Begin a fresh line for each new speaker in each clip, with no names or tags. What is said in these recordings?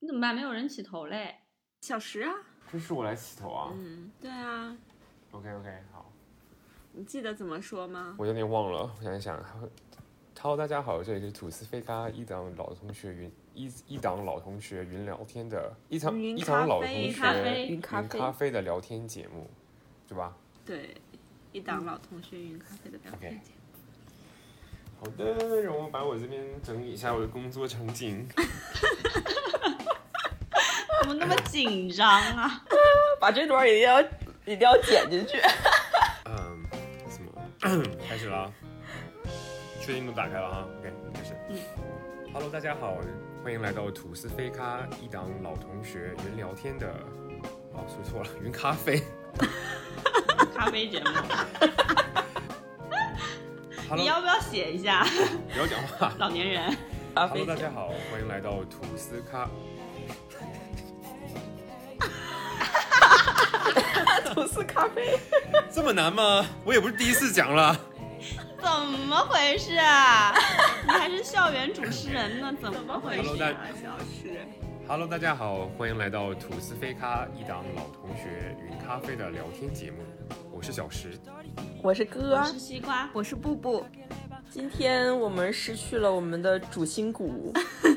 那怎么办？没有人起头嘞。
小石啊，
这是我来起头啊。
嗯，对啊，
OK OK，好，
你记得怎么说吗？
我有点忘了，我想一想。Hello，大家好，这里是吐司飞咖一档老同学云一一档老同学云聊天的一场
云
一
咖
场老
啡
同
云
学
咖啡
云
云咖啡
咖啡的聊天节目，对吧？
对，一档老同学云咖啡的聊天
OK
节目。
好的，让我把我这边整理一下我的工作场景。
怎么那么紧张啊？
把这段儿一定要一定要剪进去。
嗯，什么？开始了啊。确定都打开了啊？OK，开始。Hello，大家好，欢迎来到吐司飞咖一档老同学云聊天的。哦，说错了，云咖啡。
咖啡节目，
Hello，
你要不要写一下？
不要讲话。
老年人，
咖
Hello，
啡
大
姐
家好，欢迎来到吐司咖。
吐司咖啡，
这么难吗？我也不是第一次讲了。
怎么回事啊？你还是校园主持人呢？怎么回
？Hello，
事？
大
啊，小石，
Hello，大家好，欢迎来到吐司飞咖一档老同学云咖啡的聊天节目，我是小石。
我是哥
我。是西瓜，
我是布布，
今天我们失去了我们的主 心骨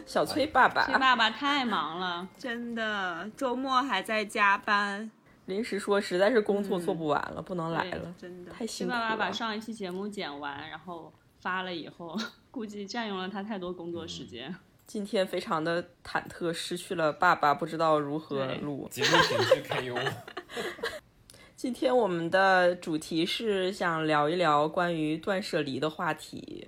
小崔爸
崔
爸，
爸爸太忙了，
真的周末还在加班，
临时说实在是工作做不完了，不能来
嗯对
了，
真的
太
崔
辛苦
爸爸
了
把。上一期节目剪完，然后发了以后， 估计占用了他太多工作时间。
今天非常的忐忑，失去了爸爸，不知道如何
对
录。
节目品质堪忧。
今天我们的主题是想聊一聊关于断舍离的话题。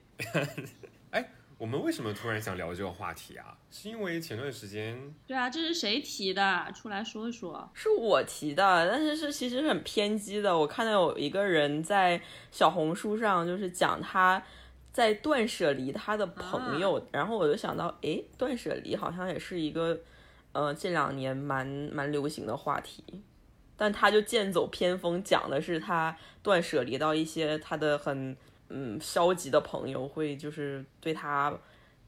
我们为什么突然想聊这个话题啊？是因为前段时间
对啊，这是谁提的？出来说一说。
是我提的，但是是其实很偏激的。我看到有一个人在小红书上，就是讲他在断舍离他的朋友，然后我就想到，诶，断舍离好像也是一个，呃，这两年蛮蛮流行的话题。但他就剑走偏锋，讲的是他断舍离到一些他的很嗯消极的朋友，会就是对他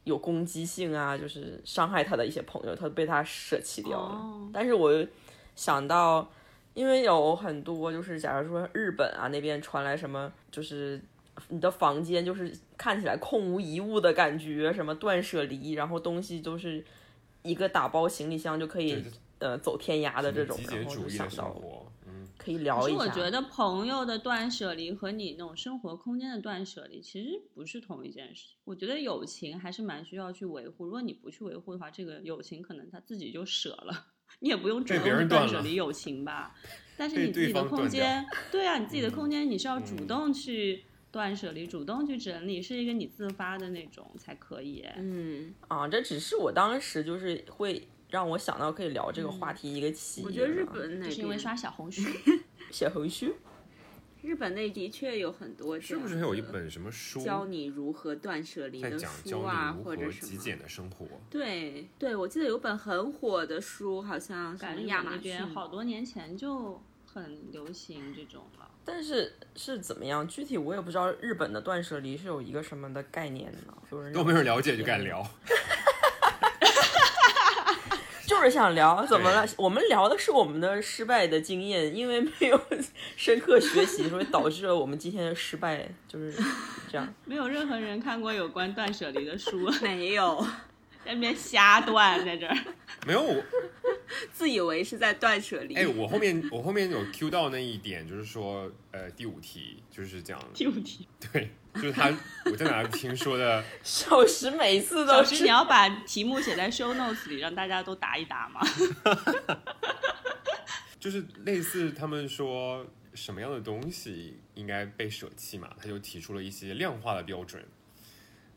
有攻击性啊，就是伤害他的一些朋友，他被他舍弃掉了。
哦
但是我又想到，因为有很多就是，假如说日本啊那边传来什么，就是你的房间就是看起来空无一物的感觉，什么断舍离，然后东西就是一个打包行李箱就可以
对。
呃，走天涯的这种，
极
然
简
后
主
就
义
想
的生
到
活，嗯，
可以
可
聊
是
一下。
我觉得朋友的断舍离和你那种生活空间的断舍离其实不是同一件事情。我觉得友情还是蛮需要去维护，如果你不去维护的话，这个友情可能他自己就舍了，你也不用主
被
动
别人
去
断
断舍
了
离友情 吧。但是
被
你自
对
己的
方
空
断掉
间，对啊，你自己的空间你是要主
嗯
动去断舍离，主动去整理，是一个你自发的那种才可以。
嗯，
啊，这只是我当时就是会让我想到可以聊这个话题一个起因啊、
我觉得日本那
就是因为
边，
刷小红书，
小红书
日本那的确有很多，
是不是有一本什么书
教你如何断舍离
在
的
讲
书
教
啊，
你如
或
何
者什
极
么？
简的生活？
对对，我记得有本很火的书，好像什
感嗯
么
觉
亚
亚
马
那
逊
边好多年前就很流行这种了。
但是是怎么样？具体我也不知道日本的断舍离是有一个什么的概念呢？有人
都没有了解就敢聊，
就是 想聊怎么了
对？
我们聊的是我们的失败的经验，因为没有 深刻学习，所以导致了我们今天的失败，就是 这样。
没有任何人看过有关断舍离的书，在
没有，
那边瞎断，在这儿。
没有我
自以为是在断舍离。
哎，我后面我后面有 Q 到那一点，就是说呃第五题就是讲
第五题，
对，就是他我在哪儿听说的，
小石每次
老
都
师，
是
你要把题目写在 show notes 里，让大家都答一答嘛。
就是类似他们说什么样的东西应该被舍弃嘛，他就提出了一些量化的标准，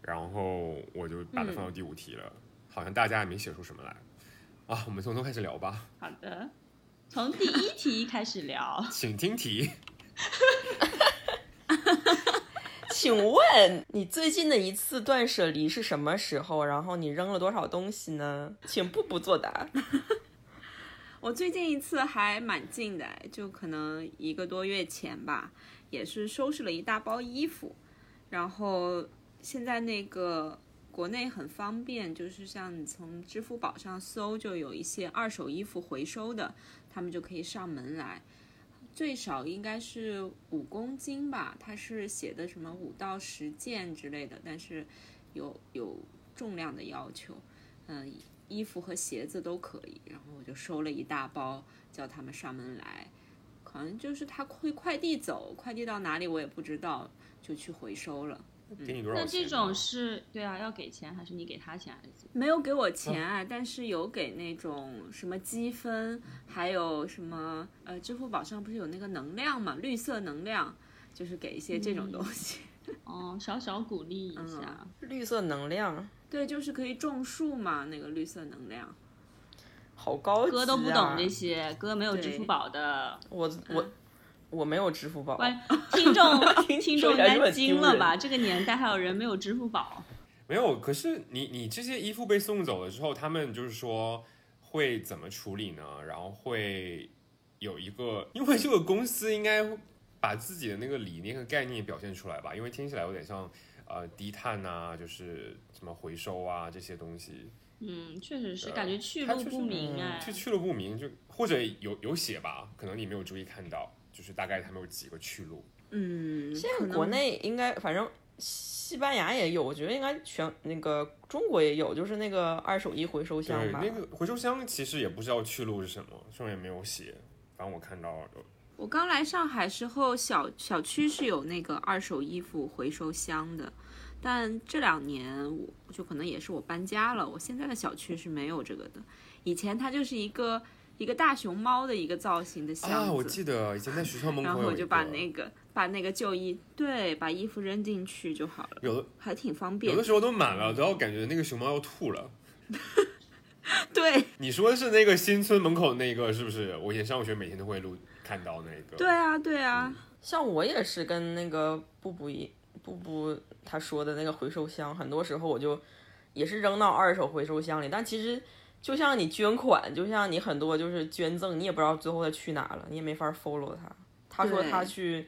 然后我就把它放到第五题了，好像大家也没写出什么来啊，我们从头开始聊吧，
好的，从第一题开始 聊。
请听题，
请问你最近的一次断舍离是什么时候？然后你扔了多少东西呢？请步步作答。
我最近一次还蛮近的，就可能一个多月前吧，也是收拾了一大包衣服，然后现在那个国内很方便，就是像你从支付宝上搜，就有一些二手衣服回收的，他们就可以上门来。最少应该是五公斤吧，它是写的什么五到十件之类的，但是有有重量的要求。嗯，衣服和鞋子都可以。然后我就收了一大包，叫他们上门来。好像就是他会快递走，快递到哪里我也不知道，就去回收了。
给你多少钱
那
呢？
这种是对啊，要给钱还是你给他钱还是怎么？
没有给我钱啊，但是有给那种什么积分，还有什么呃，支付宝上不是有那个能量嘛，绿色能量，就是给一些这种东西。
嗯
哦，小小鼓励一下。
绿色能量
对， 就是可以种树嘛，那个绿色能量。
好高级、啊，
哥都不懂这些，嗯哥没有支付
对
宝的。
我我我没有支付宝，
哎听众听众应
说起来就
该
很
惊
丢
了
人
吧？这个年代还有人没有支付宝？
没有，可是你你这些衣服被送走了之后，他们就是说会怎么处理呢？然后会有一个，因为这个公司应该把自己的那个理念和概念表现出来吧，因为听起来有点像呃低碳啊，就是什么回收啊这些东西，
嗯，确实是
对
感觉去
它
路
确实
不明
嗯
哎。
就去了不明，就或者有有写吧，可能你没有注意看到，就是大概他们有几个去路。
嗯，
现
可
在
能
国内应该，反正西班牙也有，我觉得应该全那个中国也有，就是那个二手衣回收箱
对，
吧。
那个回收箱其实也不知道去路是什么，上面没有写，反正我看到有
我刚来上海时候小，小区是有那个二手衣服回收箱的，但这两年我就可能也是我搬家了，我现在的小区是没有这个的。以前它就是一个一个大熊猫的一个造型的箱子，
啊，我记得以前在学校门口
然后
有
我
一
就把
个
那个把那个旧衣对把衣服扔进去就好了，
有的
还挺方
有
便
的。时候都满了，然后感觉那个熊猫要吐了。
对
你说的是那个新村门口那个是不是？我以前上学每天都会路看到那个。
对，啊对
嗯
啊，
像我也是跟那个布布一布布他说的那个回收箱，很多时候我就也是扔到二手回收箱里，但其实就像你捐款，就像你很多就是捐赠，你也不知道最后他去哪了，你也没法 follow 他。他说
对
他去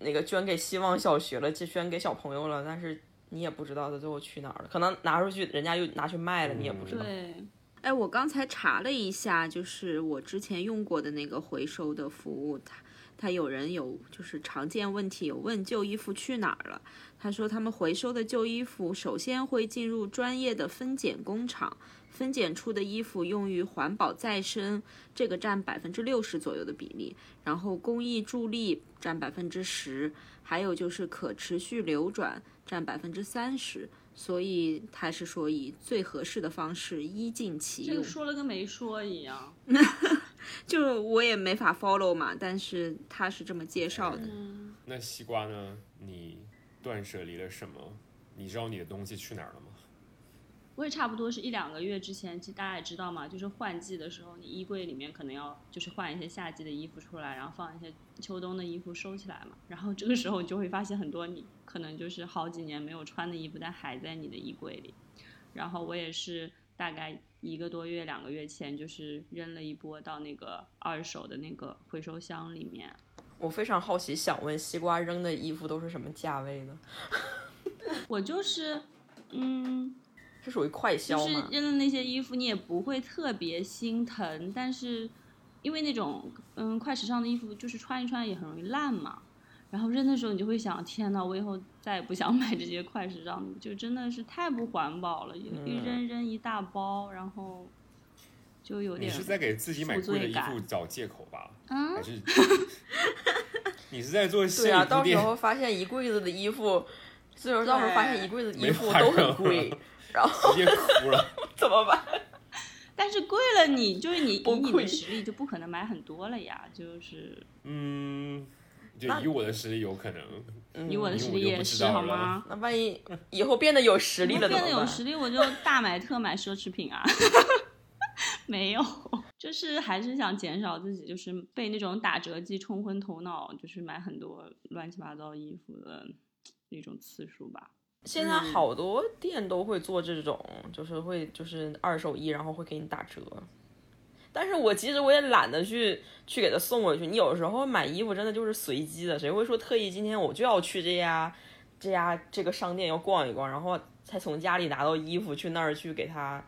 那个捐给希望小学了，就捐给小朋友了，但是你也不知道他最后去哪儿了，可能拿出去人家又拿去卖了，你也不知道。
对，
哎，我刚才查了一下，就是我之前用过的那个回收的服务，它它有人有就是常见问题有问旧衣服去哪儿了，他说他们回收的旧衣服首先会进入专业的分拣工厂，分拣出的衣服用于环保再生，这个占百分之六十左右的比例，然后公益助力占百分之十，还有就是可持续流转占百分之三十。所以他是说以最合适的方式一尽其
这
用
个，说了跟没说一样。
就是我也没法 follow 嘛，但是他是这么介绍的。
嗯，
那西瓜呢？你断舍离了什么？你知道你的东西去哪儿了吗？
我也差不多是一两个月之前，其实大家也知道嘛，就是换季的时候，你衣柜里面可能要就是换一些夏季的衣服出来，然后放一些秋冬的衣服收起来嘛。然后这个时候你就会发现很多你可能就是好几年没有穿的衣服，但还在你的衣柜里。然后我也是大概一个多月、两个月前，就是扔了一波到那个二手的那个回收箱里面。
我非常好奇，想问西瓜扔的衣服都是什么价位的？
我就是，嗯，
是属于快消
就
吗？
是扔的那些衣服，你也不会特别心疼，但是因为那种嗯快时尚的衣服，就是穿一穿也很容易烂嘛。然后扔的时候，你就会想，天呐，我以后再也不想买这些快时尚的，就真的是太不环保了，一一
嗯
扔扔一大包，然后就有
你
点
是在给自己买贵的衣
负
服
罪
找借口吧？
嗯
还是你是在做心
对
理
啊，
铺
到时
垫？
候发现一柜子的衣服，就是到时候发现一柜子衣服
没法
都
扔
很贵，然后
直接哭了。
怎么办？
但是贵了你，就是你以
崩
你的
溃
实力就不可能买很多了呀，就是
嗯，就
那
以我的实力有可能。
以我的
嗯
实
我
力
就
也
不知
是
道
好
了
吗？
那万一以后变得有实力
我
了怎
变
么
得有
办？
实力，我就大买特买奢侈品啊。 没有，就是还是想减少自己就是被那种打折季冲昏头脑，就是买很多乱七八糟衣服的那种次数吧。
现在好多店都会做这种，就是会就是二手衣，然后会给你打折。但是我其实我也懒得去去给他送过去。你有时候买衣服真的就是随机的，谁会说特意今天我就要去这家这家这个商店要逛一逛，然后才从家里拿到衣服去那儿去给它，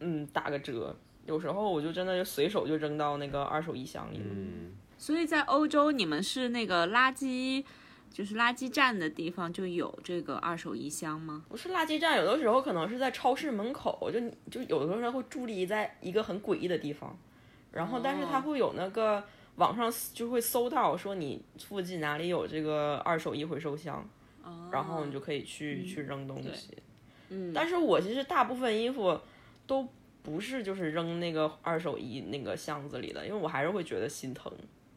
嗯，打个折。有时候我就真的就随手就扔到那个二手衣箱里了。
嗯，
所以在欧洲，你们是那个垃圾，就是垃圾站的地方就有这个二手衣箱吗？
不是垃圾站，有的时候可能是在超市门口，就就有的时候它会伫立在一个很诡异的地方，然后但是它
哦
会有那个网上就会搜到说你附近哪里有这个二手衣回收箱，然后你就可以去、去扔东西。嗯，但是我其实大部分衣服都不是就是扔那个二手衣那个箱子里的，因为我还是会觉得心疼，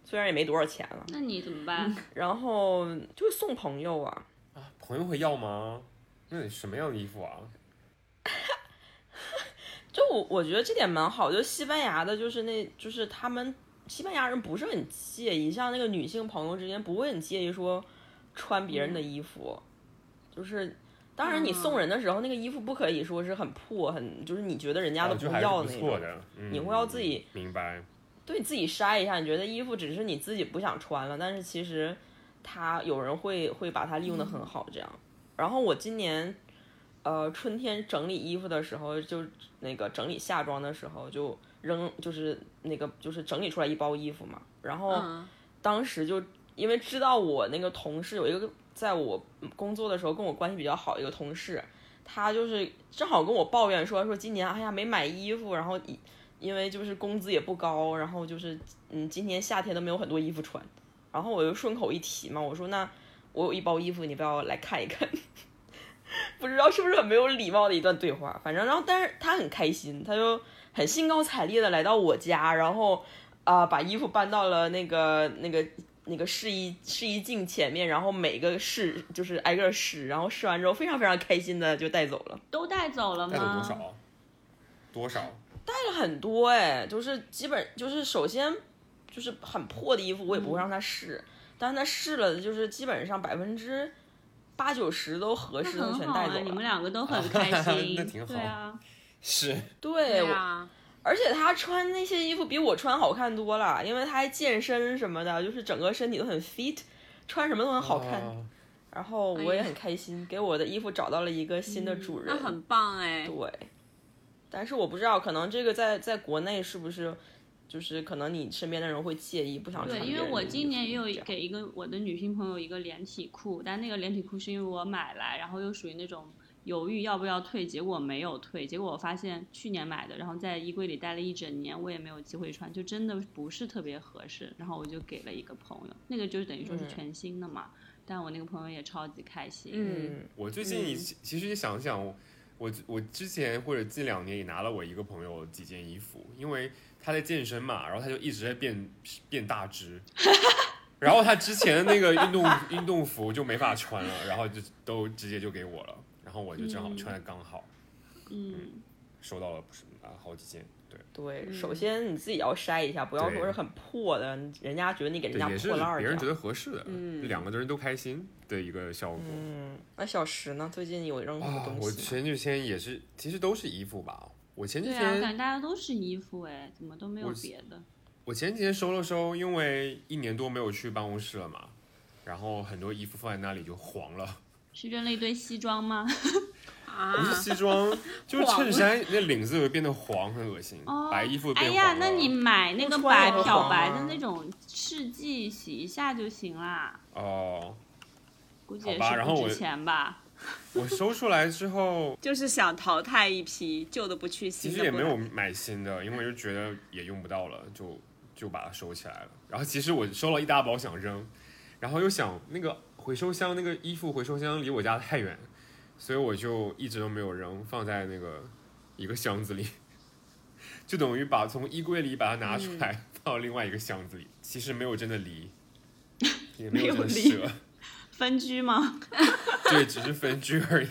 虽然也没多少钱了，
那你怎么办？
然后就会送朋友啊。
朋友会要吗？那得什么样的衣服啊？
就我我觉得这点蛮好，就西班牙的，就是那就是他们西班牙人不是很介意，像那个女性朋友之间不会很介意说穿别人的衣服，就是当然你
嗯
送人的时候，那个衣服不可以说是很破，很就是你觉得人家都
啊
不
就还是不
要那
错
种，
的，嗯
你会要自己
明白。
对自己筛一下，你觉得衣服只是你自己不想穿了，但是其实它有人会会把它利用的很好，这样。然后我今年，呃，春天整理衣服的时候，就那个整理夏装的时候，就扔就是那个就是整理出来一包衣服嘛。然后
嗯，
当时就因为知道我那个同事有一个在我工作的时候跟我关系比较好一个同事，他就是正好跟我抱怨说说今年哎呀没买衣服，然后一因为就是工资也不高，然后就是嗯今年夏天都没有很多衣服穿，然后我就顺口一提嘛，我说那我有一包衣服，你不要来看一看。 不知道是不是很没有礼貌的一段对话，反正然后但是他很开心，他就很兴高采烈的来到我家，然后啊、把衣服搬到了那个那个那个试衣试衣镜前面，然后每个试就是挨个试，然后试完之后非常非常开心的就带走了，
都带走了
带走多
吗？
少？多少？
带了很多哎，就是基本就是首先就是很破的衣服我也不会让他试，但是他试了就是基本上百分之八九十都合
那
适的
很
全
好
带
啊
走，
你们
了。
两个都很 开心，
那挺好
对啊，
是
对，我
啊，
而且他穿那些衣服比我穿好看多了，因为他还健身什么的，就是整个身体都很 fit，穿什么都很好看。
啊
然后
哎呀
我也很开心，给我的衣服找到了一个新的主人。
那很棒哎。
对，但是我不知道，可能这个在在国内是不是，就是可能你身边的人会介意，不想穿
对，
别
因
人的衣服。
为我今年也有
这样嗯
给一个我的女性朋友一个连体裤，但那个连体裤是因为我买来，然后又属于那种犹豫要不要退，结果没有退，结果我发现去年买的，然后在衣柜里待了一整年，我也没有机会穿，就真的不是特别合适，然后我就给了一个朋友，那个就等于说是
嗯
全新的嘛，但我那个朋友也超级开心，
嗯
嗯，
我最近也
嗯
其其实也想想，我我我之前或者近两年也拿了我一个朋友几件衣服，因为他在健身嘛，然后他就一直在变变大 只，然后他之前的那个运动 运动服就没法穿了，然后就都直接就给我了，然后我就正好穿的刚好，
嗯，
收到了不是啊好几件，对，
嗯
对，首先你自己要筛一下，不要
对
说是很破的，人家觉得你给人
对
家
也是
破烂儿
别
这
人觉
样
得合适的，两个人都开心的一个效果。
嗯，那小石呢？最近有扔什么
啊，
东
我
西吗？
前几天也是，其实都是衣服吧。我前几
对
天、
啊，我感觉大家都是衣服哎，怎么都没有
我
别的，
我前几天收了收，因为一年多没有去办公室了嘛，然后很多衣服放在那里就黄了，
是扔了一堆西装吗？
不是
啊，
西装，就是
黄
衬衫那领子会变得黄，很恶心，
哦
白衣服
哎
变黄了。
呀，那你买那个
不穿
白
也会
漂
黄
白
啊
的那种试剂洗一下就行啦，
哦、
估计也
好吧
是
然后
不
我
值钱吧。
我收出来之后，
就是想淘汰一批旧的不去，
其
新
实
的
也
不
没
来
有买新的，因为
嗯
就觉得也用不到了，就就把它收起来了。然后其实我收了一大包想扔，然后又想那个回收箱那个衣服回收箱离我家太远，所以我就一直都没有扔，放在那个一个箱子里， 就等于把从衣柜里把它拿
嗯
出来、放到另外一个箱子里。其实没有真的离，也没有真的
没有
舍，
分居吗？
对，只是分居而已，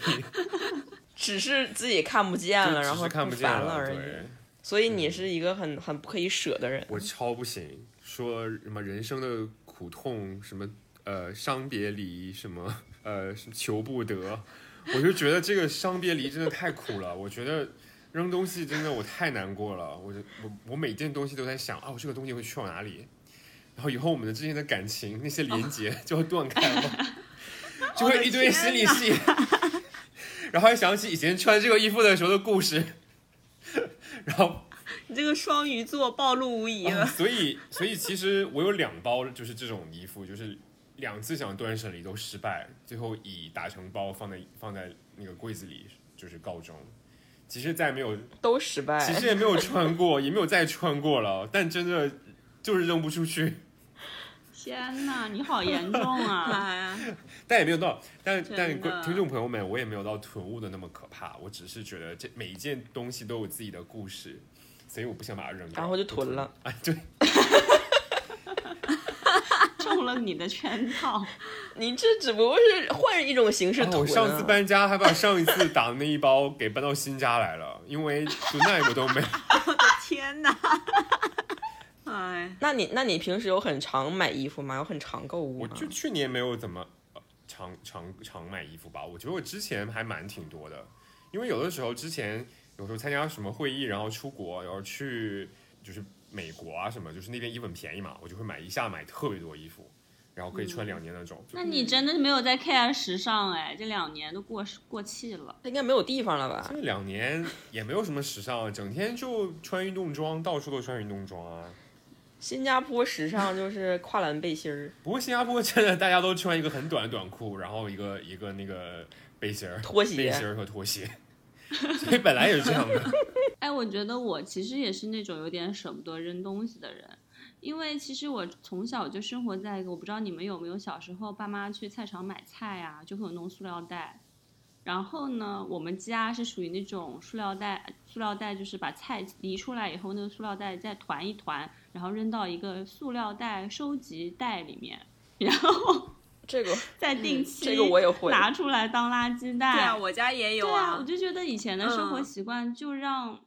只是自己看不见
就
了，
只
然
是
后
看
不
见
烦而已。
对。嗯
所以你是一个很很不可以舍的人。
我超不行，说什么人生的苦痛，什么呃伤别离，什么呃什么求不得，我就觉得这个伤别离真的太苦了。我觉得扔东西真的我太难过了，我就我我每件东西都在想啊，我这个东西会去往哪里，然后以后我们的之间的感情那些连接就要断开了，就会一堆心理戏。 然后还想起以前穿这个衣服的时候的故事， 然后
你这个双鱼座暴露无遗
啊
嗯
了。
所 以，所以其实我有两包就是这种衣服，就是两次想断舍离都失败，最后以打成包放在放在那个柜子里就是告终。其实再没有，
都失败。
其实也没有穿过，也没有再穿过了，但真的就是扔不出去，
天哪，你好严重 啊！
啊，
但也没有到，但
真
但
的
听众朋友们，我也没有到囤物的那么可怕，我只是觉得这每一件东西都有自己的故事，所以我不想把它扔掉，
然后就囤了
啊， 对。
中了你的圈套，
你这只不过是换一种形式
然后
囤、
哎啊我上次搬家还把上一次打的那一包给搬到新家来了，因为就那一个都没。
我的天哪！哎，
那你那你平时有很常买衣服吗？有很常购物
我
吗？
就去年没有怎么呃常常常买衣服吧，我觉得我之前还蛮挺多的，因为有的时候之前有时候参加什么会议，然后出国，然后去就是美国啊什么，就是那边衣服很便宜嘛，我就会买一下买特别多衣服，然后可以穿两年那种。
那你真的没有在 care 时尚哎，这两年都过过气了。
它应该没有地方了吧
这？两年也没有什么时尚，整天就穿运动装，到处都穿运动装啊。
新加坡时尚就是跨栏背心儿、
不过新加坡真的大家都穿一个很短的短裤，然后一个一个那个背心儿、
拖鞋
背心儿和拖鞋， 所以本来也是这样的。
哎，我觉得我其实也是那种有点舍不得扔东西的人，因为其实我从小就生活在一个，我不知道你们有没有小时候爸妈去菜场买菜啊，就会有那种塑料袋。然后呢，我们家是属于那种塑料袋，塑料袋就是把菜移出来以后，那个塑料袋再团一团，然后扔到一个塑料袋收集袋里面，然后
这个
再定期
嗯这个我也会
拿出来当垃圾袋。
对啊，我家也有
对啊，
啊
我。就觉得以前的生活
嗯
习惯就让、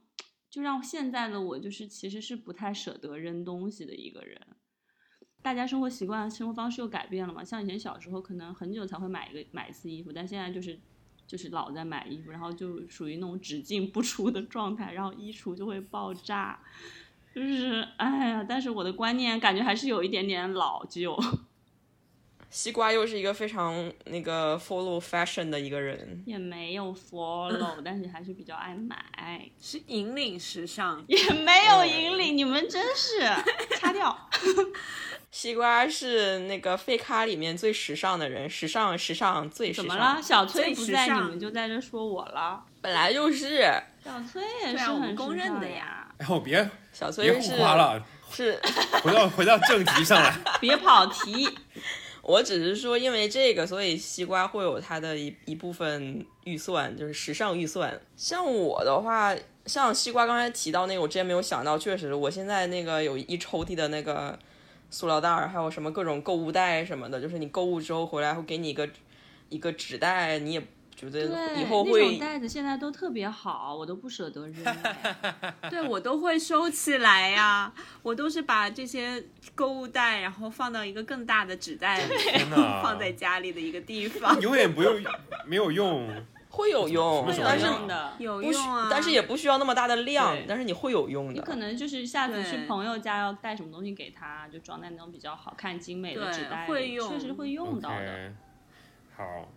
就让现在的我就是其实是不太舍得扔东西的一个人。大家生活习惯、生活方式又改变了嘛，像以前小时候可能很久才会买一个买一次衣服，但现在就是就是老在买衣服，然后就属于那种只进不出的状态，然后衣橱就会爆炸，就是哎呀，但是我的观念感觉还是有一点点老旧。
西瓜又是一个非常那个 follow fashion 的一个人，
也没有 follow，但是还是比较爱买，
是引领时尚，
也没有引领，你们真是掐掉。
西瓜是那个废咖里面最时尚的人，时尚时尚最时
怎么
尚
了？，小崔
最
不
时
在，你
尚
们就在这说我了。
本来就是
小崔也
对
是
啊我
很
们公
时
认
尚
的
呀，
然后哎别
小
别
崔
胡
是
夸了，
是
回到回到正题上来。
别跑 题。
我只是说，因为这个，所以西瓜会有它的一一部分预算，就是时尚预算。像我的话，像西瓜刚才提到那个，我之前没有想到，确实，我现在那个有一抽屉的那个塑料袋儿，还有什么各种购物袋什么的，就是你购物之后回来会给你一个一个纸袋，你也觉得以后
那种
会。
袋子现在都特别好，我都不舍得扔。哎
对我都会收起来呀、 我都是把这些购物袋，然后放到一个更大的纸袋里，
天哪，
放在家里的一个地方。
永远不用没有用，
会有用
会有，
但是
用的
有
不需
用啊，，
但是也不需要那么大的量
对，
但是你会有用
你可
的。
能就是下次去
对
朋友家要带什么东西给他，就装在那种比较好看、精美的
对
纸袋里，
会
确
用
实会用到的。
OK，好，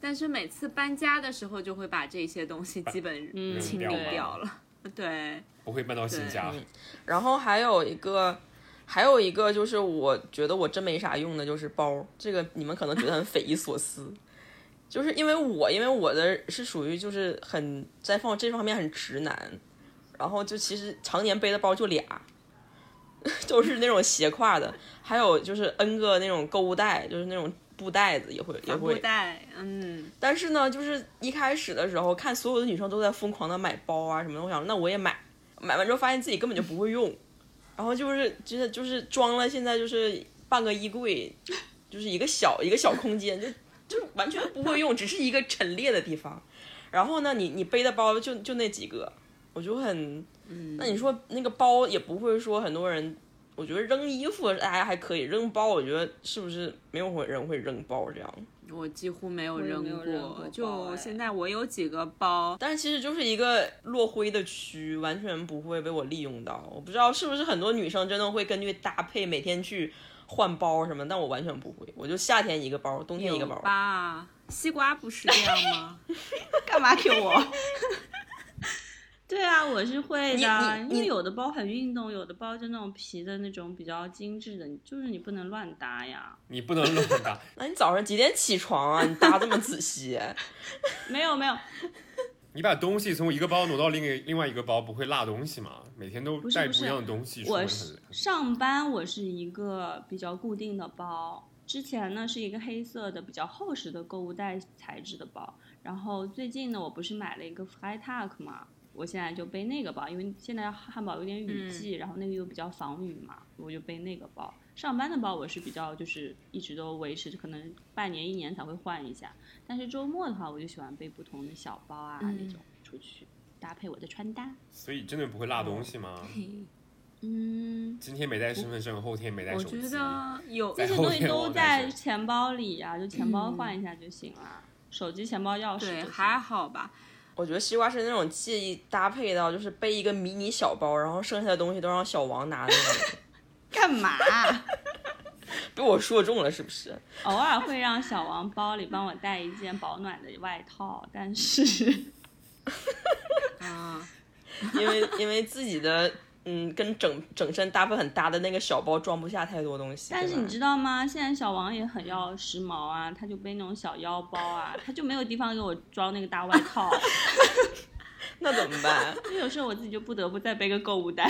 但是每次搬家的时候就会把这些东西基本
嗯
清
扔
理
掉
掉了。对，
不会搬到新家。
然后还有一个，还有一个就是我觉得我真没啥用的，就是包。这个你们可能觉得很匪夷所思，就是因为我，因为我的是属于就是很在放这方面很直男，然后就其实常年背的包就俩， 都是那种斜挎的，还有就是 N 个那种购物袋，就是那种布袋子也会也
帆布
会。
袋，嗯，
但是呢，就是一开始的时候，看所有的女生都在疯狂的买包啊什么的，我想那我也买，买完之后发现自己根本就不会用，然后就是真的就是装了，现在就是半个衣柜，就是一个小一个小空间，就就完全不会用，只是一个陈列的地方。然后呢，你你背的包就就那几个，我就很，那你说那个包也不会说很多人。我觉得扔衣服大家还可以，扔包我觉得是不是没有会人会扔包这样？
我几乎没有
也
扔
没有扔过包哎
就现在我有几个包，
但是其实就是一个落灰的区，完全不会被我利用到。我不知道是不是很多女生真的会根据搭配每天去换包什么，但我完全不会，我就夏天一个包，冬天一个包。
吧？啊西瓜不是这样 吗？
哎
干嘛 Q 我？
对啊，我是会的啊，
你你
因为有的包很运动，有的包就那种皮的那种比较精致的，就是你不能乱搭呀。
你不能乱搭。
那你早上几点起床啊？你搭这么仔细，
没有没有，
你把东西从一个包挪到另一另外一个包，不会落东西吗？每天都
不是
带
不
不
是
一样的东西，出门
我
很
是上班，我是一个比较固定的包。之前呢是一个黑色的比较厚实的购物袋材质的包，然后最近呢我不是买了一个 Freitag 嘛，我现在就背那个包，因为现在汉堡有点雨季，然后那个又比较防雨嘛，我就背那个包。上班的包我是比较就是一直都维持，可能半年一年才会换一下，但是周末的话我就喜欢背不同的小包啊、那种出去搭配我的穿搭。
所以真的不会落东西吗？
嗯，
今天没带身份证，后天没带
我
手机，
觉得有
在
这些
后
东西
面
都
我
在
再说
钱包里啊，就钱包换
嗯
一下就行了。手机、钱包、钥匙
对
就行
还好吧，
我觉得西瓜是那种记忆搭配到，就是背一个迷你小包，然后剩下的东西都让小王拿那种，
干嘛？啊
被我说中了是不是？
偶尔会让小王包里帮我带一件保暖的外套，但是
啊，
因为因为自己的嗯跟整整身搭配很搭的那个小包装不下太多东西。
但是
对吧
你知道吗？现在小王也很要时髦啊，他就背那种小腰包啊，他就没有地方给我装那个大外 套，
那怎么办？
所以有时候我自己就不得不再背个购物袋。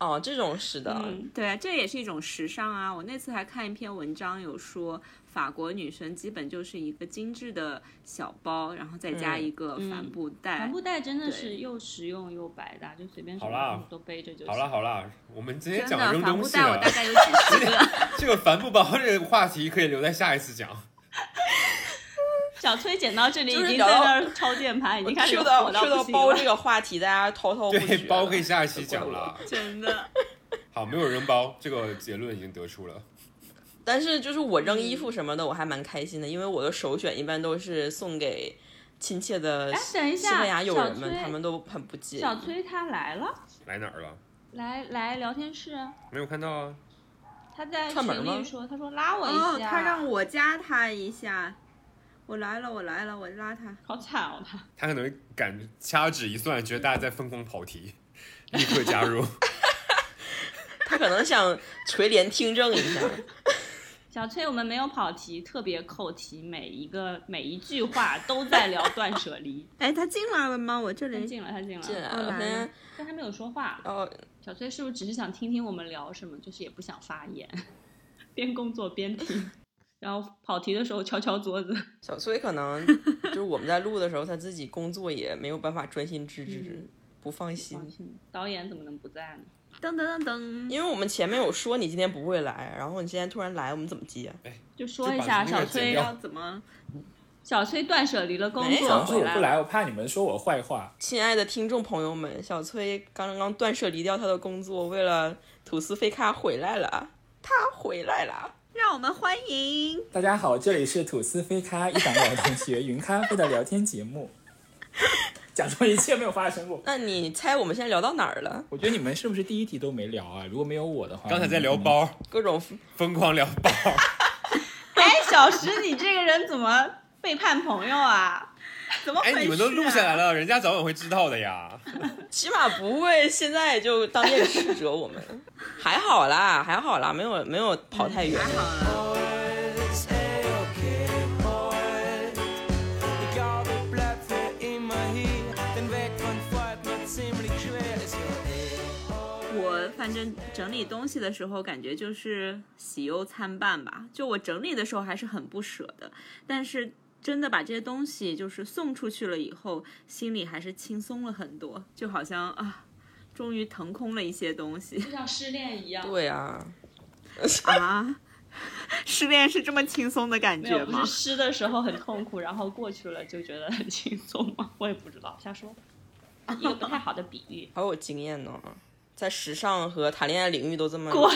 哦，这种是的，
嗯，
对啊，这也是一种时尚啊。我那次还看一篇文章，有说法国女生基本就是一个精致的小包，然后再加一个帆布
嗯
袋。
帆布袋真的
对
是又实用又百搭，就随便什
好啦
么东西都背着就行。
好啦好啦，我们今天
真
讲了
的，
扔
帆
东
布
西
袋我
了
大，概有几十个。
这个帆布包这个话题可以留在下一 次讲。
小崔剪到这里已
就是
经在
聊到
那儿抄键盘，已
我
经开始
Q
火不
到 Q 到
行
包
了
这个话题，大家滔滔不绝
对，
了。
包可以下一期讲了。
真的，
好，没有人包，这个结论已经得出了。
但是就是我扔衣
嗯
服什么的，我还蛮开心的，因为我的首选一般都是送给亲切的
哎等一下
西班牙友人们，
小崔
他们都很不介意。
小崔他来了，
来哪儿了？
来来聊天室，
没有看到啊。
他在
串门
群
吗
里说，他说拉我
哦，
一下，
他让我加他一下。我来了，我来了，我拉他。
好惨哦他。
他可能敢掐指一算，觉得大家在疯狂跑题， 立刻加入。
他可能想垂帘听政一下。
小崔，我们没有跑题，特别扣题，每一个每一句话都在 聊断舍离。
哎，他进来了吗？我这
他
里
进了，他进了，
哎进来
哦
了，
来
我先
了
但他没有说话。
哦，
小崔是不是只是想听听我们聊什么，就是也不想发言， 边工作边听，然后跑题的时候敲敲桌子。
小崔可 能就是我们在录的时候，他自己工作也没有办法专心致志，不放
嗯放
心。
心，导演怎么能不在呢？
噔噔噔噔，
因为我们前面有说你今天不会来，然后你现在突然来，我们怎么接？
就说一
就把
下
音乐
小
剪
崔
掉
要怎么？
小崔断舍离了工
没
作
有
上次
回
我
来
不
了，
来，我怕你们说我坏话。
亲爱的听众朋友们，小崔刚刚断舍离掉他的工作，为了吐司菲卡回来了，啊他回来了。啊
让我们欢迎
大家好，这里是吐司飞咖一档老同学云咖啡的聊天节 目，假装一切没有发生过。
那你猜我们现在聊到哪儿了？
我觉得你们是不是第一题都没聊啊？如果没有我的话，嗯
刚才在聊
你们
包，
各种
疯狂聊包。
哎， 小石，你这个人怎么背叛朋友啊？
怎么回
哎
事、啊？，
你们都录下来了，人家早晚会知道的呀。
起码不会现在就当面斥责我们，还好啦，还好啦，没有没有跑太远。
嗯好了，
boys, hey, okay, boys. Ik hou het blijven immer hier. Den Weg von Freud macht ziemlich schwer. Ist ja eh.
我反正整理东西的时候，感觉就是喜忧参半吧。就我整理的时候还是很不舍的，但是真的把这些东西就是送出去了以后，心里还是轻松了很多，就好像啊，终于腾空了一些东西
就像失恋一样，
对啊，
啊。失恋是这么轻松的感
没
觉
有，不
吗
是？失的时候很痛苦，然后过去了就觉得很轻松吗？我也不知道，瞎说，一个不太好的比喻。
好有经验呢，在时尚和谈恋爱领域都这么
滚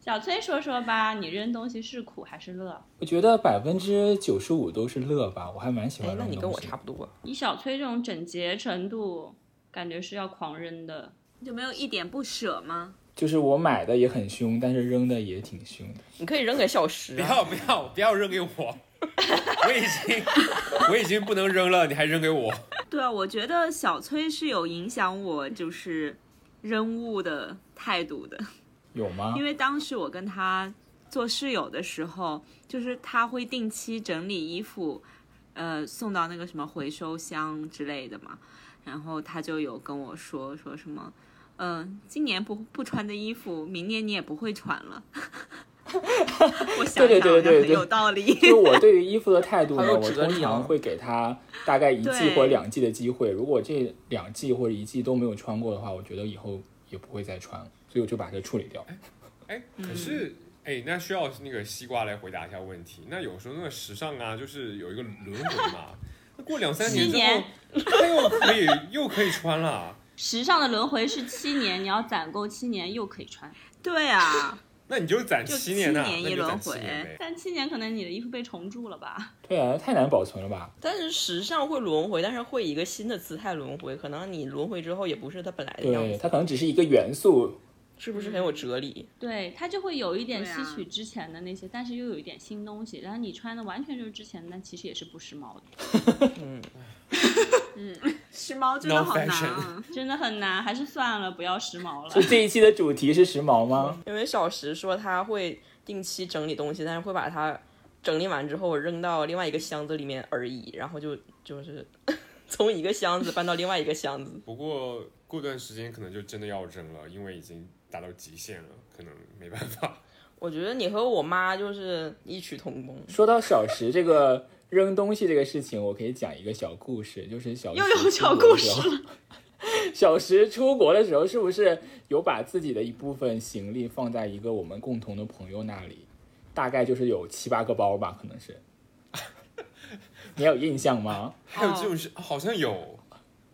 小崔说说吧，你扔东西是苦还是乐？
我觉得百分之九十五都是乐吧，我还蛮喜欢
哎
扔，
那
东西。
你跟我差不多。
以小崔这种整洁程度，感觉是要狂扔的。
就没有一点不舍吗？
就是我买的也很凶，但是扔的也挺凶的。
你可以扔给小石、
不
啊。
要不要不要扔给我，我已经我已经不能扔了，你还扔给我？
对啊，我觉得小崔是有影响我就是扔物的态度的，
有吗
因？为当时我跟他做室友的时候，就是他会定期整理衣服，呃，送到那个什么回收箱之类的嘛。然后他就有跟我说说什么，嗯、今年不不穿的衣服，明年你也不会穿了。 我想
对对
想好像
对对
很
对
有道理。
就是我对于衣服的态度
还
呢，
有
我
折
通常
量
会给他大概一季
对
或者两季的机会。如果这两季或者一季都没有穿过的话，我觉得以后也不会再穿，所以我就把这处理掉。
哎，可是哎，那需要那个西瓜来回答一下问题。那有时候那个时尚啊，就是有一个轮回嘛。那过两三年之后，它又可以又可以穿了。
时尚的轮回是七年，你要攒够七年又可以穿，
对啊，
那你就攒
就
七年呐、
七年
那
一
你就攒
轮
七
回
年呗。
但七年可能你的衣服被虫蛀了吧？
对啊，太难保存了吧？
但是时尚会轮回，但是会以一个新的姿态轮回。可能你轮回之后也哎不是它本来的样
对，
子，
它可能只是一个元素。
是不是很有哲理？
对，它就会有一点
对
吸
啊
取之前的那些，但是又有一点新东西。然后你穿的完全就是之前的，但其实也是不时髦的，
时髦真的
No
好难
fashion
啊。
真的很难，还是算了，不要时髦
就
了。
这一期的主题是时髦吗？
因为小石说他会定期整理东西，但是会把它整理完之后扔到另外一个箱子里面而已，然后就就是 从一个箱子搬到另外一个箱子。
不过过段时间可能就真的要扔了，因为已经达到极限了，可能没办法。
我觉得你和我妈就是异曲同
嗯
工。
说到小时这个扔东西这个事情，我可以讲一个小故事，就是小
又
时
有
出
小
国的
故
时
事
候 小时出国的时候，是不是有把自己的一部分行李放在一个我们共同的朋友那里？大概就是有七八个包吧，可能是。 你还有印象吗？
还有这种事，
哦
好像有。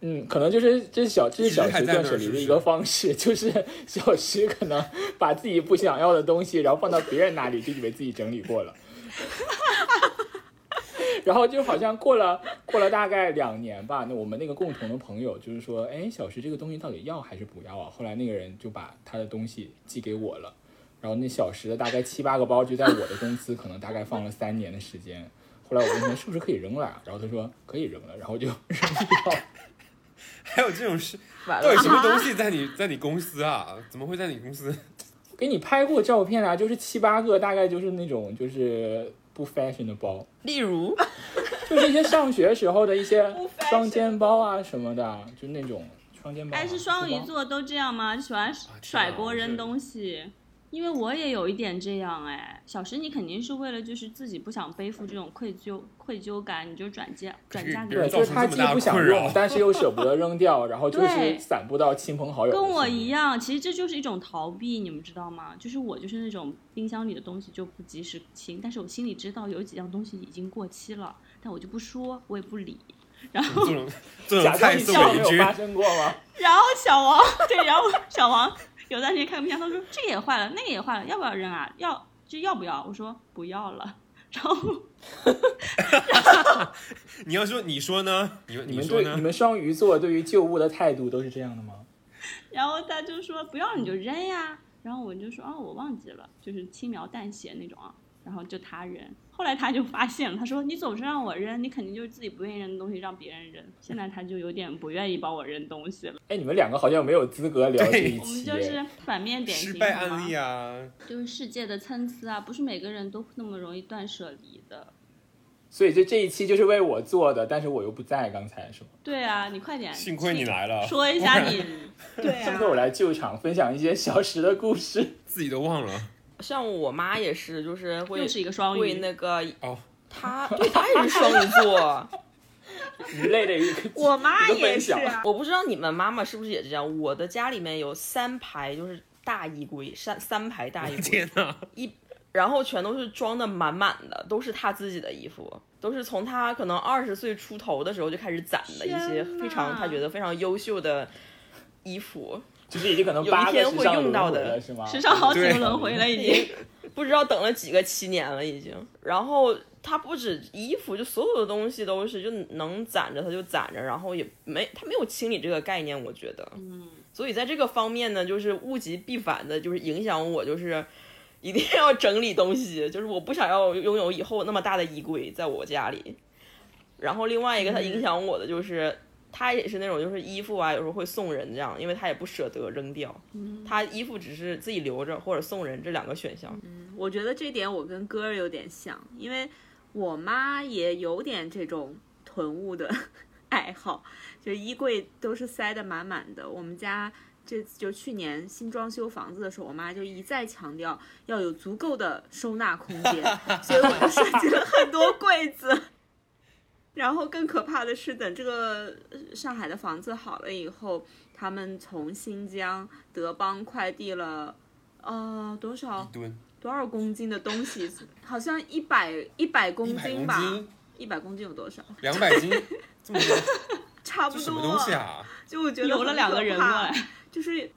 嗯，可能就是这是小这是小
一直还
时
在那儿
断舍离
是不
的
是
一个方式，就是小时可能把自己不想要的东西，然后放到别人那里，就以为自己整理过了，然后就好像过了过了大概两年吧，那我们那个共同的朋友就是说，哎，小时这个东西到底要还是不要啊？后来那个人就把他的东西寄给我了，然后那小时的大概七八个包就在我的公司，可能大概放了三年的时间。后来我问他是不是可以扔了啊，然后他说可以扔了，然后就扔掉了。
还有这种事，
完
到
了
底，什么东西在你 在你公司啊？怎么会在你公司？
给你拍过照片啊，就是七八个，大概就是那种就是不 fashion 的包，
例 如
就是一些上学时候的一 些双肩包啊什么的，就那种双肩包、啊。
哎但是双鱼
书包，
座都这样吗？喜欢
啊
甩
天啊我
锅
是
扔东西。因为我也有一点这样哎，小时你肯定是为了就是自己不想背负这种愧疚愧疚感，你就转嫁转嫁给
别
别
人
对，
造
就
人
是他既不想
造成这么大的困
用
扰，
但是又舍不得扔掉，然后就
对
是散布到亲朋好友。
跟我一，样，其实这就是一种逃避，你们知道吗？就是我就是那种冰箱里的东西就不及时清，但是我心里知道有几样东西已经过期了，但我就不说，我也不理。
这种这
假
种
装
菜
你
送
从来
给
没
邻
有
居，
发生过吗？
然后小王对，然后小王有段时间看冰箱，他说这个也坏了，那个也坏了，要不要扔啊？要就要不要？我说不要了。然后
你要说你说呢？你
你
你
们
说
对你
呢？
们双鱼座对于旧物的态度都是这样的吗？
然后他就说不要你就扔呀。然后我就说哦，我忘记了，就是轻描淡写那种啊。然后就他扔，后来他就发现了，他说你总是让我扔，你肯定就是自己不愿意扔的东西让别人扔。现在他就有点不愿意帮我扔东西了。
哎，你们两个好像没有资格聊这
对
一
我们
期。
就是反面典型
失败
好吗
案例啊，
就是世界的参差啊，不是每个人都那么容易断舍离的。
所以就这一期就是为我做的，但是我又不在，刚才是吗？
对啊，你快点，
幸亏你来了，
说一
不
下
然
你，
对啊
幸亏我来救场，分享一些小时的故事。
自己都忘了。
像我妈也是，就是会
又是一个双
会
鱼，
那个
哦，
她对她也是双鱼座。
鱼类的一 个，
我妈
一个
也
分
是
享
啊，
我不知道你们妈妈是不是也这样。我的家里面有三排，就是大衣柜，三三排大衣柜，
天哪！
然后全都是装的满满的，都是她自己的衣服，都是从她可能二十岁出头的时候就开始攒的一些
天哪
非常她觉得非常优秀的衣服。
就是已经可能八个
有一天
时
会
尚
用到
轮回
的
了是吗？
时尚好几
对
个轮回了已经。
不知道等了几个七年了已经。然后它不止衣服，就所有的东西都是，就能攒着它就攒着，然后也没它没有清理这个概念，我觉得。嗯。所以在这个方面呢，就是物极必反的，就是影响我，就是一定要整理东西，就是我不想要拥有以后那么大的衣柜在我家里。然后另外一个它影响我的就是，他也是那种就是衣服啊，有时候会送人这样，因为他也不舍得扔掉。
嗯
他衣服只是自己留着或者送人这两个选项。
我觉得这点我跟歌儿有点像，因为我妈也有点这种囤物的 爱好，就是衣柜都是塞得满满的。我们家这就去年新装修房子的时候，我妈就一再强调要有足够的收纳空间，所以我就设计了很多柜子。 然后更可怕的是，等这个呃上海的房子好了以后，他们从新疆德邦快递了，呃，多少
吨，
多少公斤的东西，好像一百一百公
一百
斤
公
吧，
斤，
一百公斤有多少？
两百斤，这么多，
差不多。
这什么东西啊？
就我觉得
游了
很
两
可
个人过
怕
来，
就是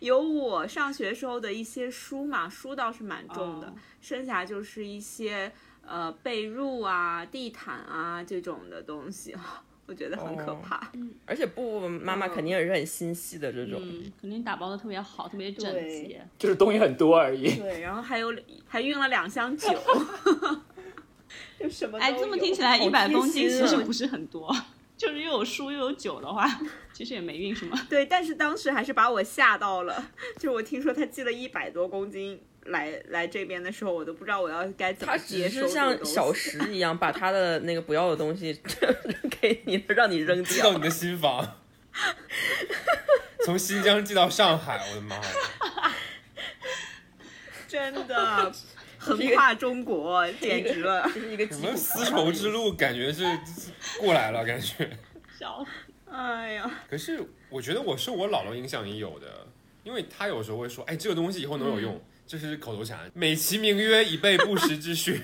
有我上学时候的一些书嘛，书倒是蛮重的，
哦
剩下就是一些呃被褥啊、地毯啊这种的东西，我觉得很可
哦
怕。
而且布妈妈
嗯
肯定也是很心细的这种。
嗯，肯定打包的特别好，特别整
对
洁。
就是东西很多而已。
对，然后还有还运了两箱 酒， 就什么
哎，
都
这么
有
听起来，
好
一百
贴
公斤
心
其实
啊
不是很多， 就是又有书又有酒的话， 其实也没运什么。
对，但是当时还是把我吓到了，就是我听说他寄了一百多公斤来来这边的时候，我都不知道我要该怎么
他
接
只
收这
是
个
像
东西
小石一样，把他的那个不要的东西 给你，让你扔
寄到
掉
你。的新房，从新疆寄到上海，我的妈呀！
真的横跨中国，简直了！
这是一个
什
疾
么
苦
丝绸之路，感觉是是过来了，感觉。
笑死！
哎 呀，
可是我觉得我受我姥姥影响也有的，因为她有时候会说：“哎，这个东西以后能有用，这是口头禅，美其名曰以备不时之需。”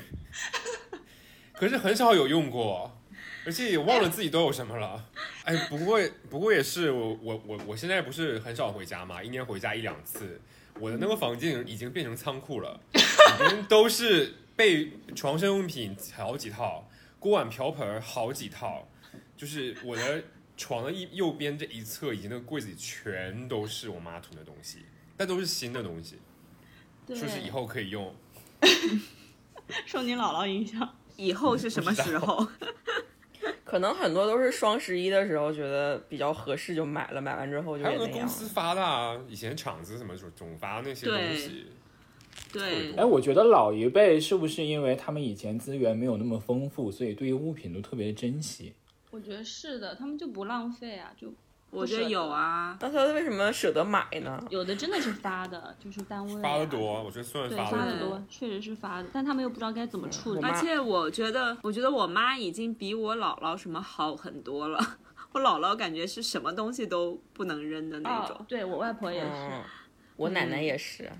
可是很少有用过，而且也忘了自己都有什么了。哎，不过不过也是，我我我我现在不是很少回家嘛，一年回家一两次。我的那个房间已经变成仓库了，里面都是被床上用品好几套，锅碗瓢盆好几套，就是我的床的一右边这一侧以及那个柜子里全都是我妈囤的东西，但都是新的东西，
对，
说是以后可以用。
受你姥姥影响，
以后是什么时候？
可能很多都是双十一的时候觉得比较合适就买了，买完之后就
还
也
有
那
那
样
公。司发的啊，以前厂子什么总总发那些东西，
对
特别
哎，
多
我觉得老一辈是不是因为他们以前资源没有那么丰富，所以对于物品都特别珍惜？
我觉得是的，他们就不浪费啊，就
我觉得有啊，
那他为什么舍得买呢？
有的真的是发的，就是单位、啊、
发的，多，我觉得算
对，
发
发
的
的
对
多，确实是发的，但他们又不知道该怎么处理
我。妈
而且我觉得，我觉得我妈已经比我姥姥什么好很多了。 我姥姥感觉是什么东西都不能扔的那种
哦。，对我外婆也是
嗯，，我奶奶也是，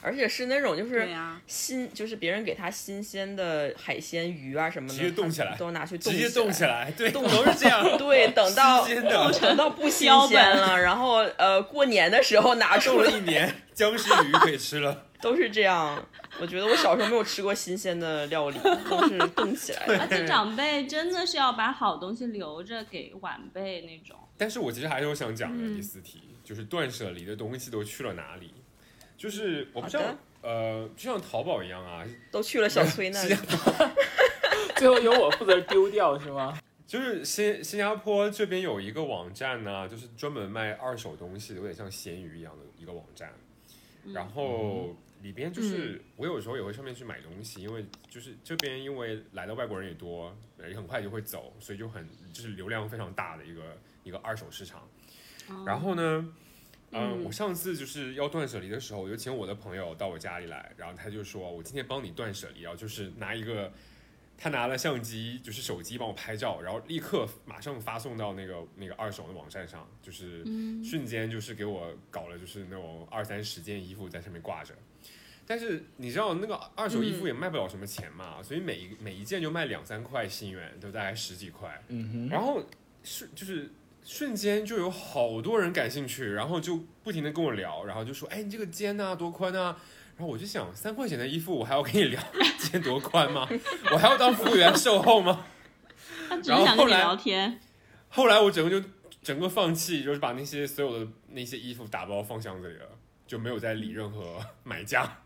而且是那种就是
对呀、
新，就是别人给她新鲜的海鲜鱼啊什么的，
直接冻起来
她都拿去
直
冻
接冻起
来。。
来，对，都是这样
对，等到
新鲜的
等到不 新
标
鲜
本
了，然后呃过年的时候拿
冻
出
了
来，
一年，僵尸鱼可以吃了。
都是这样。我觉得我小时候没有吃过新鲜的料理，都是冻起来的。
而且长辈真的是要把好东西留着给晚辈那种。
但是我其实还有想讲的第四题，就是断舍离的东西都去了哪里？就是我不知道
好的，
呃，就像淘宝一样啊，
都去了小崔那
新
里
加。
最后由我负责丢掉是吗？
就是新新加坡这边有一个网站呢、就是专门卖二手东西的，有点像闲鱼一样的一个网站。然后里边就是我有时候也会上面去买东西，因为就是这边因为来的外国人也多，呃也很快就会走，所以就很就是流量非常大的一个一个二手市场。然后呢，嗯，我上次就是要断舍离的时候，我就请我的朋友到我家里来，然后他就说我今天帮你断舍离，然后啊就是拿一个。他拿了相机，就是手机帮我拍照，然后立刻马上发送到那个那个二手的网站上，就是瞬间就是给我搞了就是那种二三十件衣服在上面挂着。但是你知道那个二手衣服也卖不了什么钱嘛，所以每一每一件就卖两三块新元，都大概十几块。
嗯
然后瞬就是瞬间就有好多人感兴趣，然后就不停的跟我聊，然后就说，哎，你这个肩啊多宽啊，然后我就想，三块钱的衣服我还要跟你 聊肩多宽吗？我还要当服务员售后吗？
他只
然
是
后
想跟
后
你
来
聊天。
后来我整个就整个放弃，就是把那些所有的那些衣服打包放箱子里了，就没有再理任何买
嗯
家。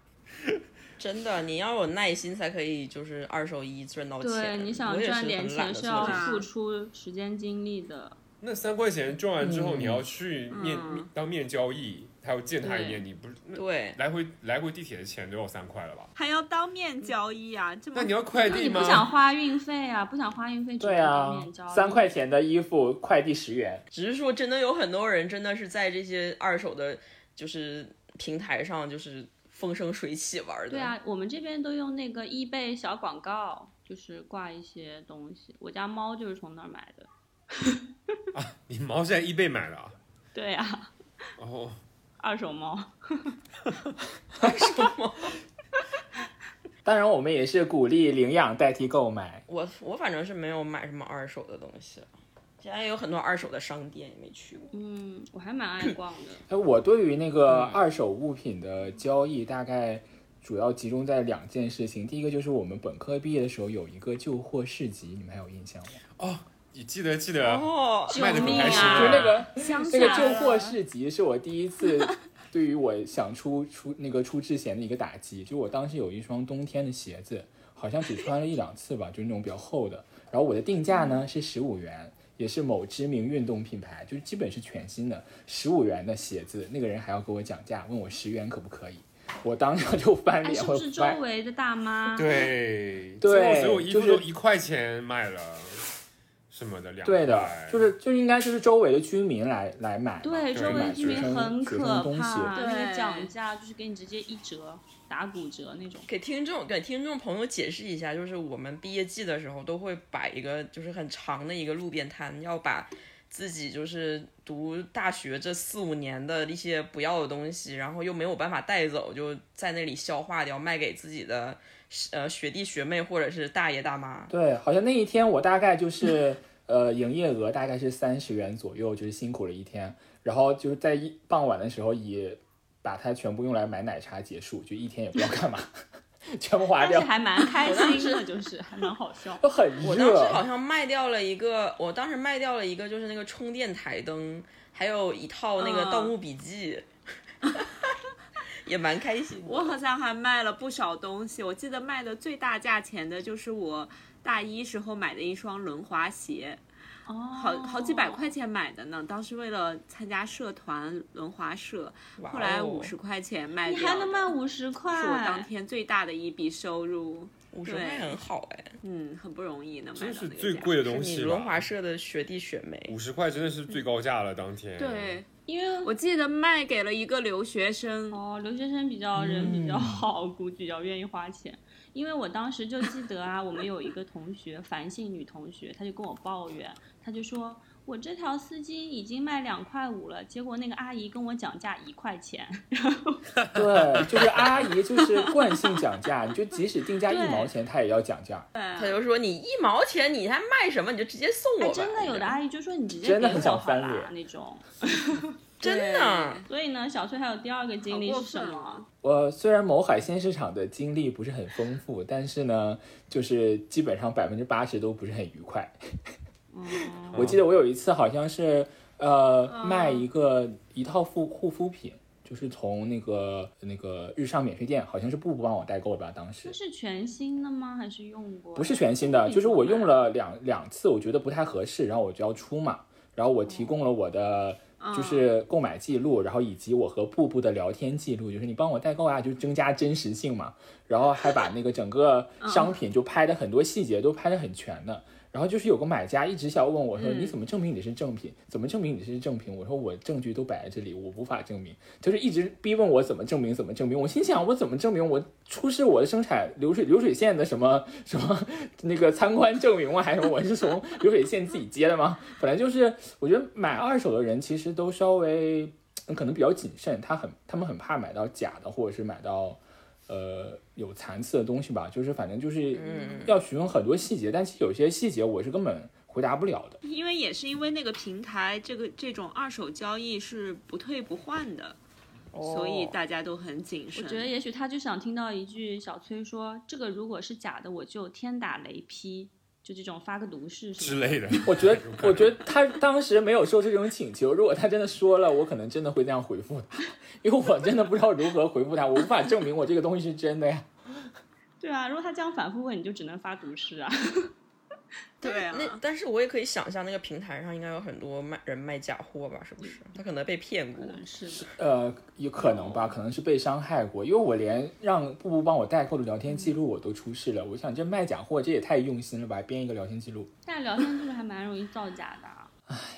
真的，你要有耐心才可以，就是二手衣赚到钱。
对，你想赚点钱
是
是要
这样
付出时间精力的。
那三块钱赚完之后，你要去面、
嗯
面当面交易，还要见他一面，你不是那
对，
来回来回地铁的钱都要三块了吧？
还要当面交易啊，这
那
么
你要快
嗯那你
递吗？
不想花运费啊？不想花运费，只
对
能当
啊
面交，易
三块钱的衣服，快递十元。
只是说真的有很多人真的是在这些二手的，就是平台上就是风生水起玩的。
对， 啊，我们这边都用那个 eBay 小广告，就是挂一些东西。我家猫就是从那儿买的。
你毛是在 eBay 买的啊？
对啊，
哦，
二手猫。
当然，我们也是鼓励领养代替购买。
我我反正是没有买什么二手的东西，现在有很多二手的商店也没去过。
嗯，我还蛮爱逛的。
哎，我对于那个二手物品的交易，大概主要集中在两件事情。第一个就是我们本科毕业的时候有一个旧货市集，你们还有印象吗？
你记得记得，
哦，
卖的可开
救命
心
啊
就
了。
那个
乡
那个旧货市集是我第 一次对于我想出出那个出之前的一个打击，就我当时有一双冬天的鞋子，好像只穿了一两次吧，就是那种比较厚的。然后我的定价
嗯
呢是十五元，也是某知名运动品牌，就是基本是全新的，十五元的鞋子，那个人还要给我讲价，问我十元可不可以，我当场就翻
哎，
脸，
是不
我
是周
翻
围的大妈？
对，
对
最后所有衣服
就是
都一块钱卖了，什么的两
对的
块，
就是就应该就是周围的居民来来买嘛，
对，
对
周围
买
居民
学生
很
学
可
生东西。
怕，
对
就是讲价，就是给你直接一折、打骨折那种。
给听众给听众朋友解释一下，就是我们毕业季的时候都会摆一个就是很长的一个路边摊，要把自己就是读大学这四五年的一些不要的东西，然后又没有办法带走，就在那里消化掉，卖给自己的呃学弟学妹或者是大爷大妈。
对，好像那一天我大概就是呃，营业额大概是三十元左右，就是辛苦了一天，然后就是在一傍晚的时候以把它全部用来买奶茶结束，就一天也不知道干嘛， 全部花
但是
掉，
还蛮开心的，就是还蛮好笑。
都很
我当时好
热。
像卖掉了一个，我当时卖掉了一个就是那个充电台灯，还有一套那个
嗯
《盗墓笔记》也蛮开心的。
我好像还卖了不少东西，我记得卖的最大价钱的就是我大一时候买的一双轮滑鞋，
哦，
好好几百块钱买的呢。当时为了参加社团轮滑社，
哇
后来
哦
五十块钱卖
你
掉的，
还能卖五十块？
是我当天最大的一笔收入。
五十块很好哎，
嗯，很不容易能买
真
到那
是
个
最
价
贵的
是
东
你
西
轮
吧
滑？社的学弟学妹
五，十块真的是最高价了，当天。
对，
因为
我记得卖给了一个留学生，
哦，留学生比较人比
嗯
较好，估计比较愿意花钱。因为我当时就记得啊，我们有一个同学，樊姓女同学，她就跟我抱怨，她就说我这条丝巾已经卖两块五了，结果那个阿姨跟我讲价一块 钱。
对，就是阿姨就是惯性讲价，你就即使定价一毛钱，她也要讲价。
嗯
他就说你一毛钱你还卖什么？你就直接送
哎
我吧。
真的有的
啊
阿姨就说你直接
真的
给
很
我
想
好
翻
啦
脸
那种。
真的，
所以呢，小崔还有第二个经历
好
是
过
什
分
么
啊？
我虽然某海鲜市场的经历不是很丰富，但是呢，就是基本上百分之八十都不是很愉快。
嗯，
我记得我有一次好像是呃卖一个一套护护肤品，就是从那个那个日上免税店，好像是步步帮我代购的吧，当时
这是全新的吗？还是用过？
不是全新的，
护肤品
就是我用
吗
了两两次，我觉得不太合适，然后我就要出嘛，然后我提供了我的。就是购买记录，然后以及我和步步的聊天记录，就是你帮我代购啊，就增加真实性嘛。然后还把那个整个商品就拍的很多细节都拍的很全的。然后就是有个买家一直想问我说：“你怎么证明你是正品？怎么证明你是正品？”我说：“我证据都摆在这里，我无法证明。”就是一直逼问我怎么证明，怎么证明。我心想：我怎么证明？我出示我的生产流水流水线的什么什么那个参观证明吗？还是什么我是从流水线自己接的吗？ 本来就是，我觉得买二手的人其实都稍微嗯可能比较谨慎，他很他们很怕买到假的，或者是买到呃有残次的东西吧，就是反正就是要询问很多细节，但其实有些细节我是根本回答不了的。
因为也是因为那个平台，这个这种二手交易是不退不换的，
哦
所以大家都很谨
哦我
慎。
觉得也许他就想听到一句小崔说：“这个如果是假的，我就天打雷劈。”就这种发个毒誓什
之
么的。
类的。
我觉得，我觉得他当时没有说出这种请求。如果他真的说了，我可能真的会这样回复他，因为我真的不知道如何回复他，我无法证明我这个东西是真的呀。
对啊，如果他这样反复问，你就只能发毒誓啊。
对啊，
那但是我也可以想象，那个平台上应该有很多卖人卖假货吧？是不是？他可能被骗过。
嗯
是的，
呃，有可能吧，可能是被伤害过，因为我连让布布帮我代购的聊天记录我都出示了。我想这卖假货，这也太用心了吧，编一个聊天记录
但聊天记录还蛮容易造假的啊。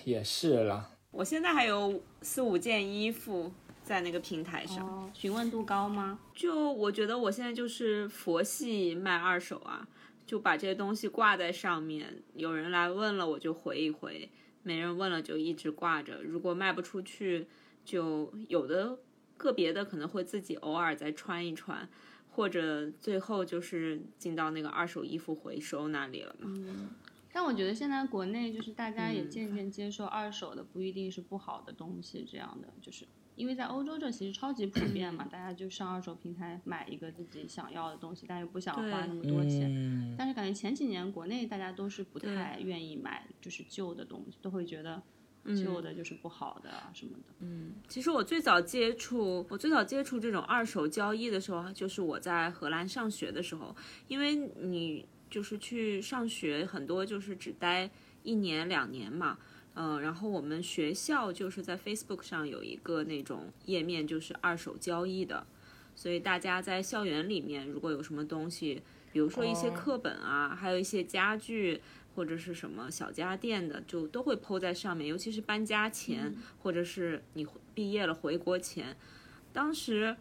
也是啦。
我现在还有四五件衣服在那个平台上。
哦，询问度高吗？
就我觉得我现在就是佛系卖二手啊，就把这些东西挂在上面，有人来问了我就回一回，没人问了就一直挂着。如果卖不出去，就有的个别的可能会自己偶尔再穿一穿，或者最后就是进到那个二手衣服回收那里了嘛。
但我觉得现在国内就是大家也
嗯
渐渐接受二手的不一定是不好的东西，这样的就是因为在欧洲这其实超级普遍嘛，大家就上二手平台买一个自己想要的东西，但又不想花
对
那么多钱。
嗯，
但是感觉前几年国内大家都是不
对
太愿意买，就是旧的东西，都会觉得
嗯
旧的就是不好的啊什么的。
其实我最早接触，我最早接触这种二手交易的时候，就是我在荷兰上学的时候，因为你就是去上学，很多就是只待一年两年嘛，嗯、然后我们学校就是在 Facebook 上有一个那种页面，就是二手交易的，所以大家在校园里面如果有什么东西，比如说一些
哦
课本啊，还有一些家具，或者是什么小家电的，就都会抛在上面，尤其是搬家前，或者是你回毕业了回国前，当时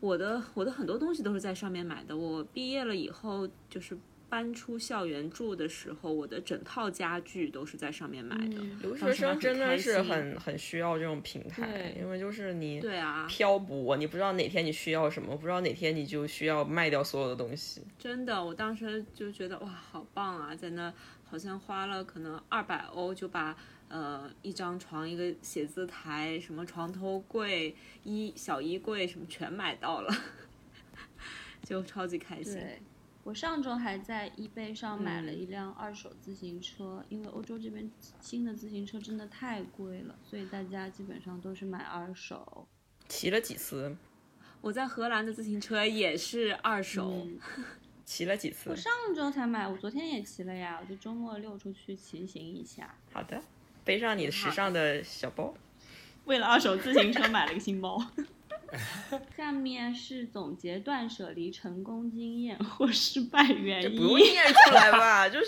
我的我的很多东西都是在上面买的。我毕业了以后，就是搬出校园住的时候，我的整套家具都是在上面买的。
嗯
留
当
学
时还
生真的是
开心
很很需要这种平台
对，
因为就是你
对啊，
漂泊，你不知道哪天你需要什么，不知道哪天你就需要卖掉所有的东西。
真的，我当时就觉得哇，好棒啊！在那好像花了可能二百欧就把呃一张床、一个写字台、什么床头柜、衣小衣柜什么全买到了， 就超级开心。
对，我上周还在 eBay 上买了一辆二手自行车，因为欧洲这边新的自行车真的太贵了，所以大家基本上都是买二手。
骑了几次？
我在荷兰的自行车也是二手，
嗯
骑了几次
我？上周才买，我昨天也骑了呀，我就周末溜出去骑行一下。
好的，背上你时尚的小包。
为了二手自行车买了个新包。下面是总结断舍离成功经验或失败原
这
因。
不用念出来 吧？就是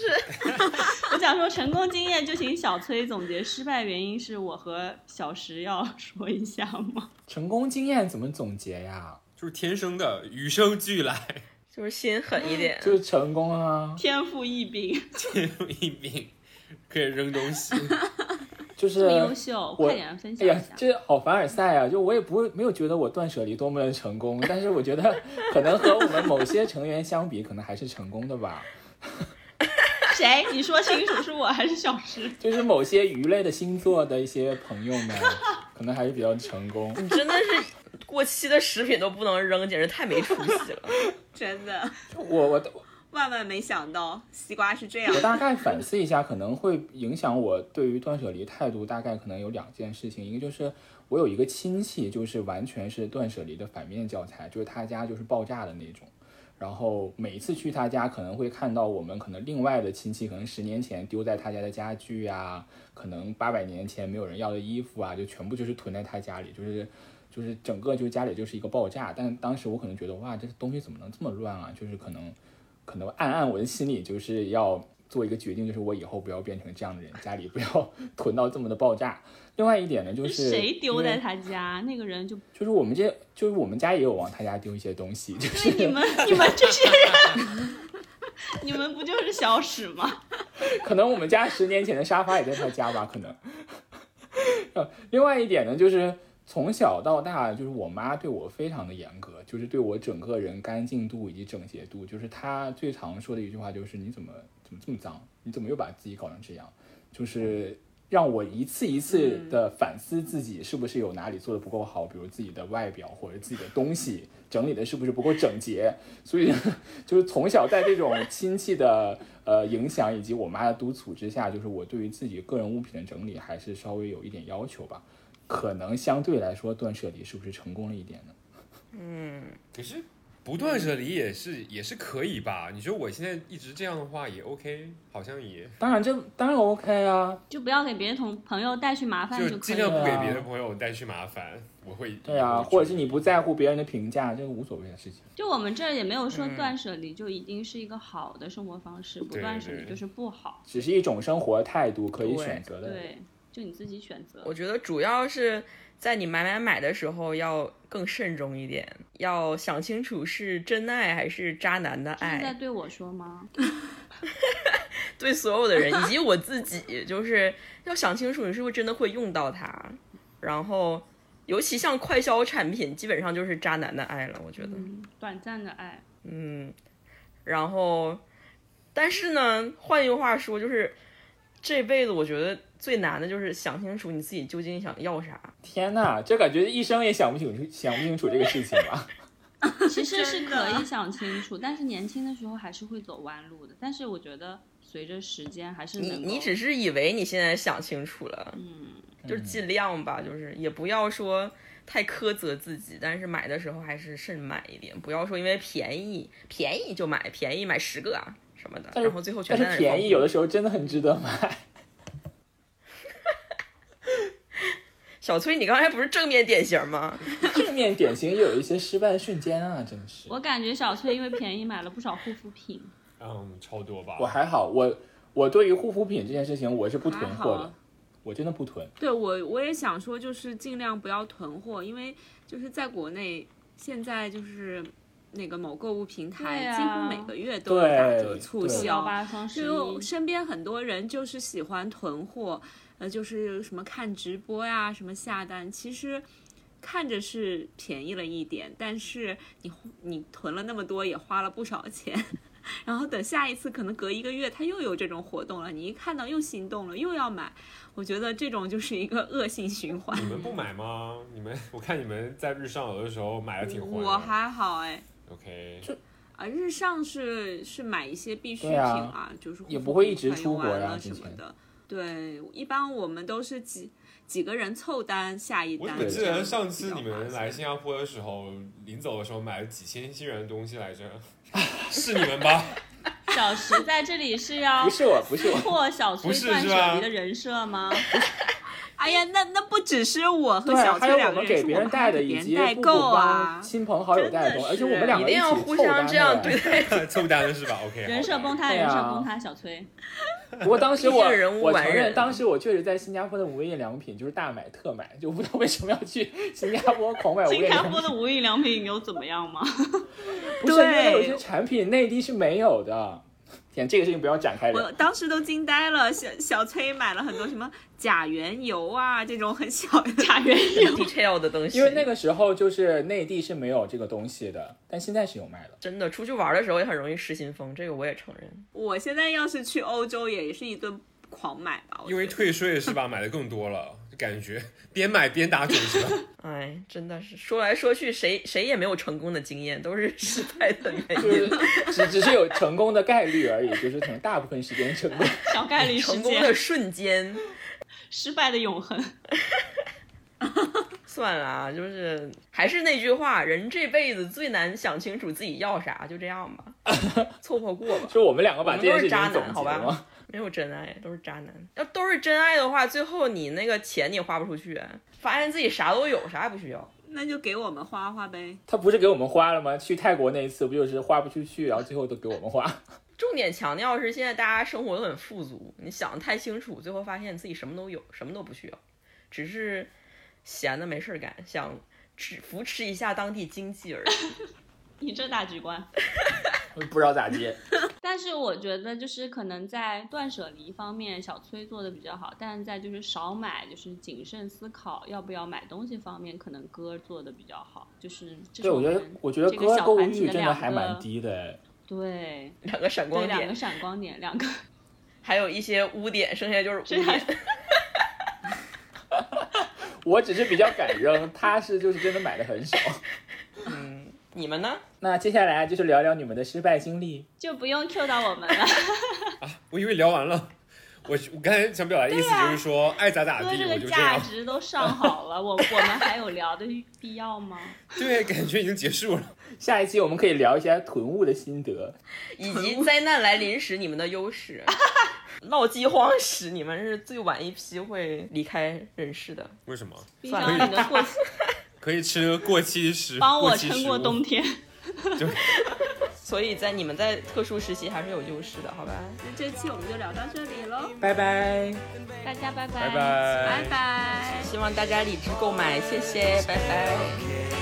我想说成功经验就请小崔总结，失败原因是我和小石要说一下吗？
成功经验怎么总结呀？
就是天生的，与生俱来，
就是心狠一点，
就是成功啊，
天赋异禀，
天赋异禀，可以扔东西。
就是
这么优秀，啊
我
快点分
哎
享一
呀
下，。
这好凡尔赛啊！就我也不会没有觉得我断舍离多么的成功，但是我觉得可能和我们某些成员相比，可能还是成功的吧。
谁？你说清楚，是我还是小石？
就是某些鱼类的星座的一些朋友们，可能还是比较成功。
你真的是过期的食品都不能扔，简直太没出息了。
真的
我我
万万没想到西瓜是这样
我。大概反思一下，可能会影响我对于断舍离态度，大概可能有两件事情，一个就是我有一个亲戚，就是完全是断舍离的反面教材，就是他家就是爆炸的那种。然后每一次去他家，可能会看到我们可能另外的亲戚，可能十年前丢在他家的家具啊，可能八百年前没有人要的衣服啊，就全部就是囤在他家里，就是就是整个就家里就是一个爆炸。但当时我可能觉得哇，这东西怎么能这么乱啊？就是可能可能暗暗我的心里就是要做一个决定，就是我以后不要变成这样的人，家里不要 囤到这么的爆炸。另外一点呢，就是
谁丢
因
在
为
他家？那个人就
就是我们这，就是我们家也有往他家丢一些东西，就是
你们你们这些人，你们不就是小史吗？
可能我们家十年前的沙发也在他家吧，可能。呃另外一点呢，就是从小到大，就是我妈对我非常的严格，就是对我整个人干净度以及整洁度，就是她最常说的一句话就是你怎么怎么这么脏，你怎么又把自己搞成这样，就是。让我一次一次的反思自己是不是有哪里做的不够好，比如自己的外表或者自己的东西整理的是不是不够整洁。所以 就是从小在这种亲戚的呃影响以及我妈的督促之下，就是我对于自己个人物品的整理还是稍微有一点要求吧。可能相对来说，断舍离是不是成功了一点呢？
嗯
可是不断舍离也是也是可以吧？你说我现在一直这样的话也 OK，好像也
当然这当然 OK 啊，
就不要给别的同朋友带去麻烦可
就尽
以
量
了。啊
不给别的朋友带去麻烦。我会
对啊，
我会
或者是你
注意
不在乎别人的评价，这个无所谓的事情。
就我们这儿也没有说
嗯
断舍离就一定是一个好的生活方式，不
对
断舍离
对
就是不好。
只是一种生活态度，可以
对
选择的。
对，就你自己选择。
我觉得主要是在你买买买的时候要更慎重一点，要想清楚是真爱还是渣男的
这是在
爱，
对我说吗？
对所有的人以及我自己， 就是要想清楚你是不是真的会用到它。然后，尤其像快消产品，基本上就是渣男的爱了，我觉得。
嗯，短暂的爱，
嗯，然后，但是呢，换句话说，就是这辈子我觉得最难的就是想清楚你自己究竟想要啥。
天呐，这感觉一生也想不清楚，想不清楚这个事情啊吧？
其实是
真
可
的
以想清楚，但是年轻的时候还是会走弯路的。但是我觉得随着时间还是
你
能
你
够
只是以为你现在想清楚了，
嗯，
就是尽量吧，就是也不要说太苛责自己，但是买的时候还是慎买一点，不要说因为便宜便宜就买，便宜买十个啊什么的，
但是
然后最后全
但
在那
是
儿
便
放
宜有的时候真的很值得买。
小崔，你刚才不是正面典型 吗？
正面典型也有一些失败的瞬间啊，真的是。
我感觉小翠因为便宜买了不少护肤品，
嗯超多吧。
我还好，我我对于护肤品这件事情我是不囤货
还
的
好，
我真的不囤。
对我我也想说，就是尽量不要囤货，因为就是在国内现在就是那个某购物平台、
对啊
几乎每个月都有
对
打折促
六
对
幺
销，
八双 十
就
一，
身边很多人就是喜欢囤货，呃，就是什么看直播呀、什么下单，其实看着是便宜了一点，但是你你囤了那么多，也花了不少钱。 然后等下一次，可能隔一个月，它又有这种活动了，你一看到又心动了，又要买。我觉得这种就是一个恶性循环。
你们不买吗？你们我看你们在日上有的时候买的挺欢的。
我还好哎，
OK，
啊，日上是是买一些必需
对
品
啊
啊，就是护
也
肤
不会
品
一直
快
出
用完
国呀
了
之
啊什么
前
的。对，一般我们都是几几个人凑单下一
我
单
怎
这
么
样子比较
记
划算。
得上次你们来新加坡的时候，临走的时候买了几千新元的东西来 着？是你们吧？
小石在这里是要
不是我，不是 我，
破小崔
不是
断
是
舍
吧
离的人设吗？
哎呀，那那不只是我和
对，啊
小
还
崔
有我
两个
们
人，
给
是
别
我们
人带
还
的，
给别
以
人
及
代
姑姑
购
帮
啊，
亲朋好友带的东西，而且我们两
一
个
定
起
要互
凑单
相这样
的
对。待自己。
凑单的是吧？OK，
人设崩
塌。
塌，
对
人设
啊
崩塌，小崔。
不过当时
毕
我
竟人无
我
完
承认，
人
当时我确实在新加坡的无印良品就是大买特买，就不知道为什么要去新加坡狂买无印
新加
良品
坡。的无印良品有怎么样吗？
不是因为它有
对
些产品内地是没有的。天，这个事情不要展开
我
聊。
当时都惊呆了。小小崔买了很多什么甲原油啊，这种很小的甲原
detail 的东西，
因为那个时候就是内地是没有这个东西的，但现在是有卖的。
真的出去玩的时候也很容易失心疯，这个我也承认。
我现在要是去欧洲，也是一顿狂买吧。我
因为
觉得
退税是吧？买的更多了，就感觉边买边打九折。
哎，真的是说来说去，谁谁也没有成功的经验，都是 失败的
就
原
是
因。
只只是有成功的概率而已，就是可能大部分时间成功。
小概率事
成功
件，
的瞬间，
失败的永恒。
算了啊，就是还是那句话，人这辈子最难想清楚自己要啥，就这样吧，凑合过吧。
就我们两个把
我
这
们都
件
是
事
渣
情总
男，好
结了
吧
吗？？
没有真爱，都是渣男。要都是真爱的话，最后你那个钱你也花不出去，发现自己啥都有，啥也不需要。
那就给我们花花呗。
他不是给我们花了吗？去泰国那一次不就是花不出去，然后最后都给我 们花。
重点强调是现在大家生活都很富足，你想的太清楚，最后发现自己什么都有，什么都不需要，只是闲的没事儿干，想只扶持一下当地经济而已。
你这大局观。
不知道咋接。
但是我觉得就是可能在断舍离方面，小崔做的比较好，但是在就是少买，就是谨慎思考要不要买东西方面，可能哥做的比较好。就是这是
对，我觉得
们
我觉得
这个
哥
小
购物
团体
欲
的
真的
两
还
个
蛮低的哎。
对
两个闪光
对两个
点，
闪光点，两个
还有一些污点，剩下就是污
这样
点。
我只是比较敢扔， 他是就是真的买的很少。
你们呢？
那接下来啊就是聊聊你们的失败经历。
就不用 Q 到我们了。
我以为聊完了，我我刚才想表达的意思就是说，爱咋咋
哥，
地，
啊这个
我就这
价
样。
值都上好了，我我们还有聊的必要 吗？
对，感觉已经结束了。
下一期我们可以聊一下囤物的心得。
以及灾难来临时你们的优 势，闹饥荒时你们是最晚一批会离开人世的。
为什么？
冰
算
箱
了
里的过期，
可以吃过期食，
帮我
过期
撑
食
过
物
冬天。
所以在你们在特殊时期还是有优势的，好吧？
那这期我们就聊到这里喽，
拜拜。
大家拜
拜
拜
拜。
拜拜。
希望大家理智购买，谢谢，拜拜。
Okay,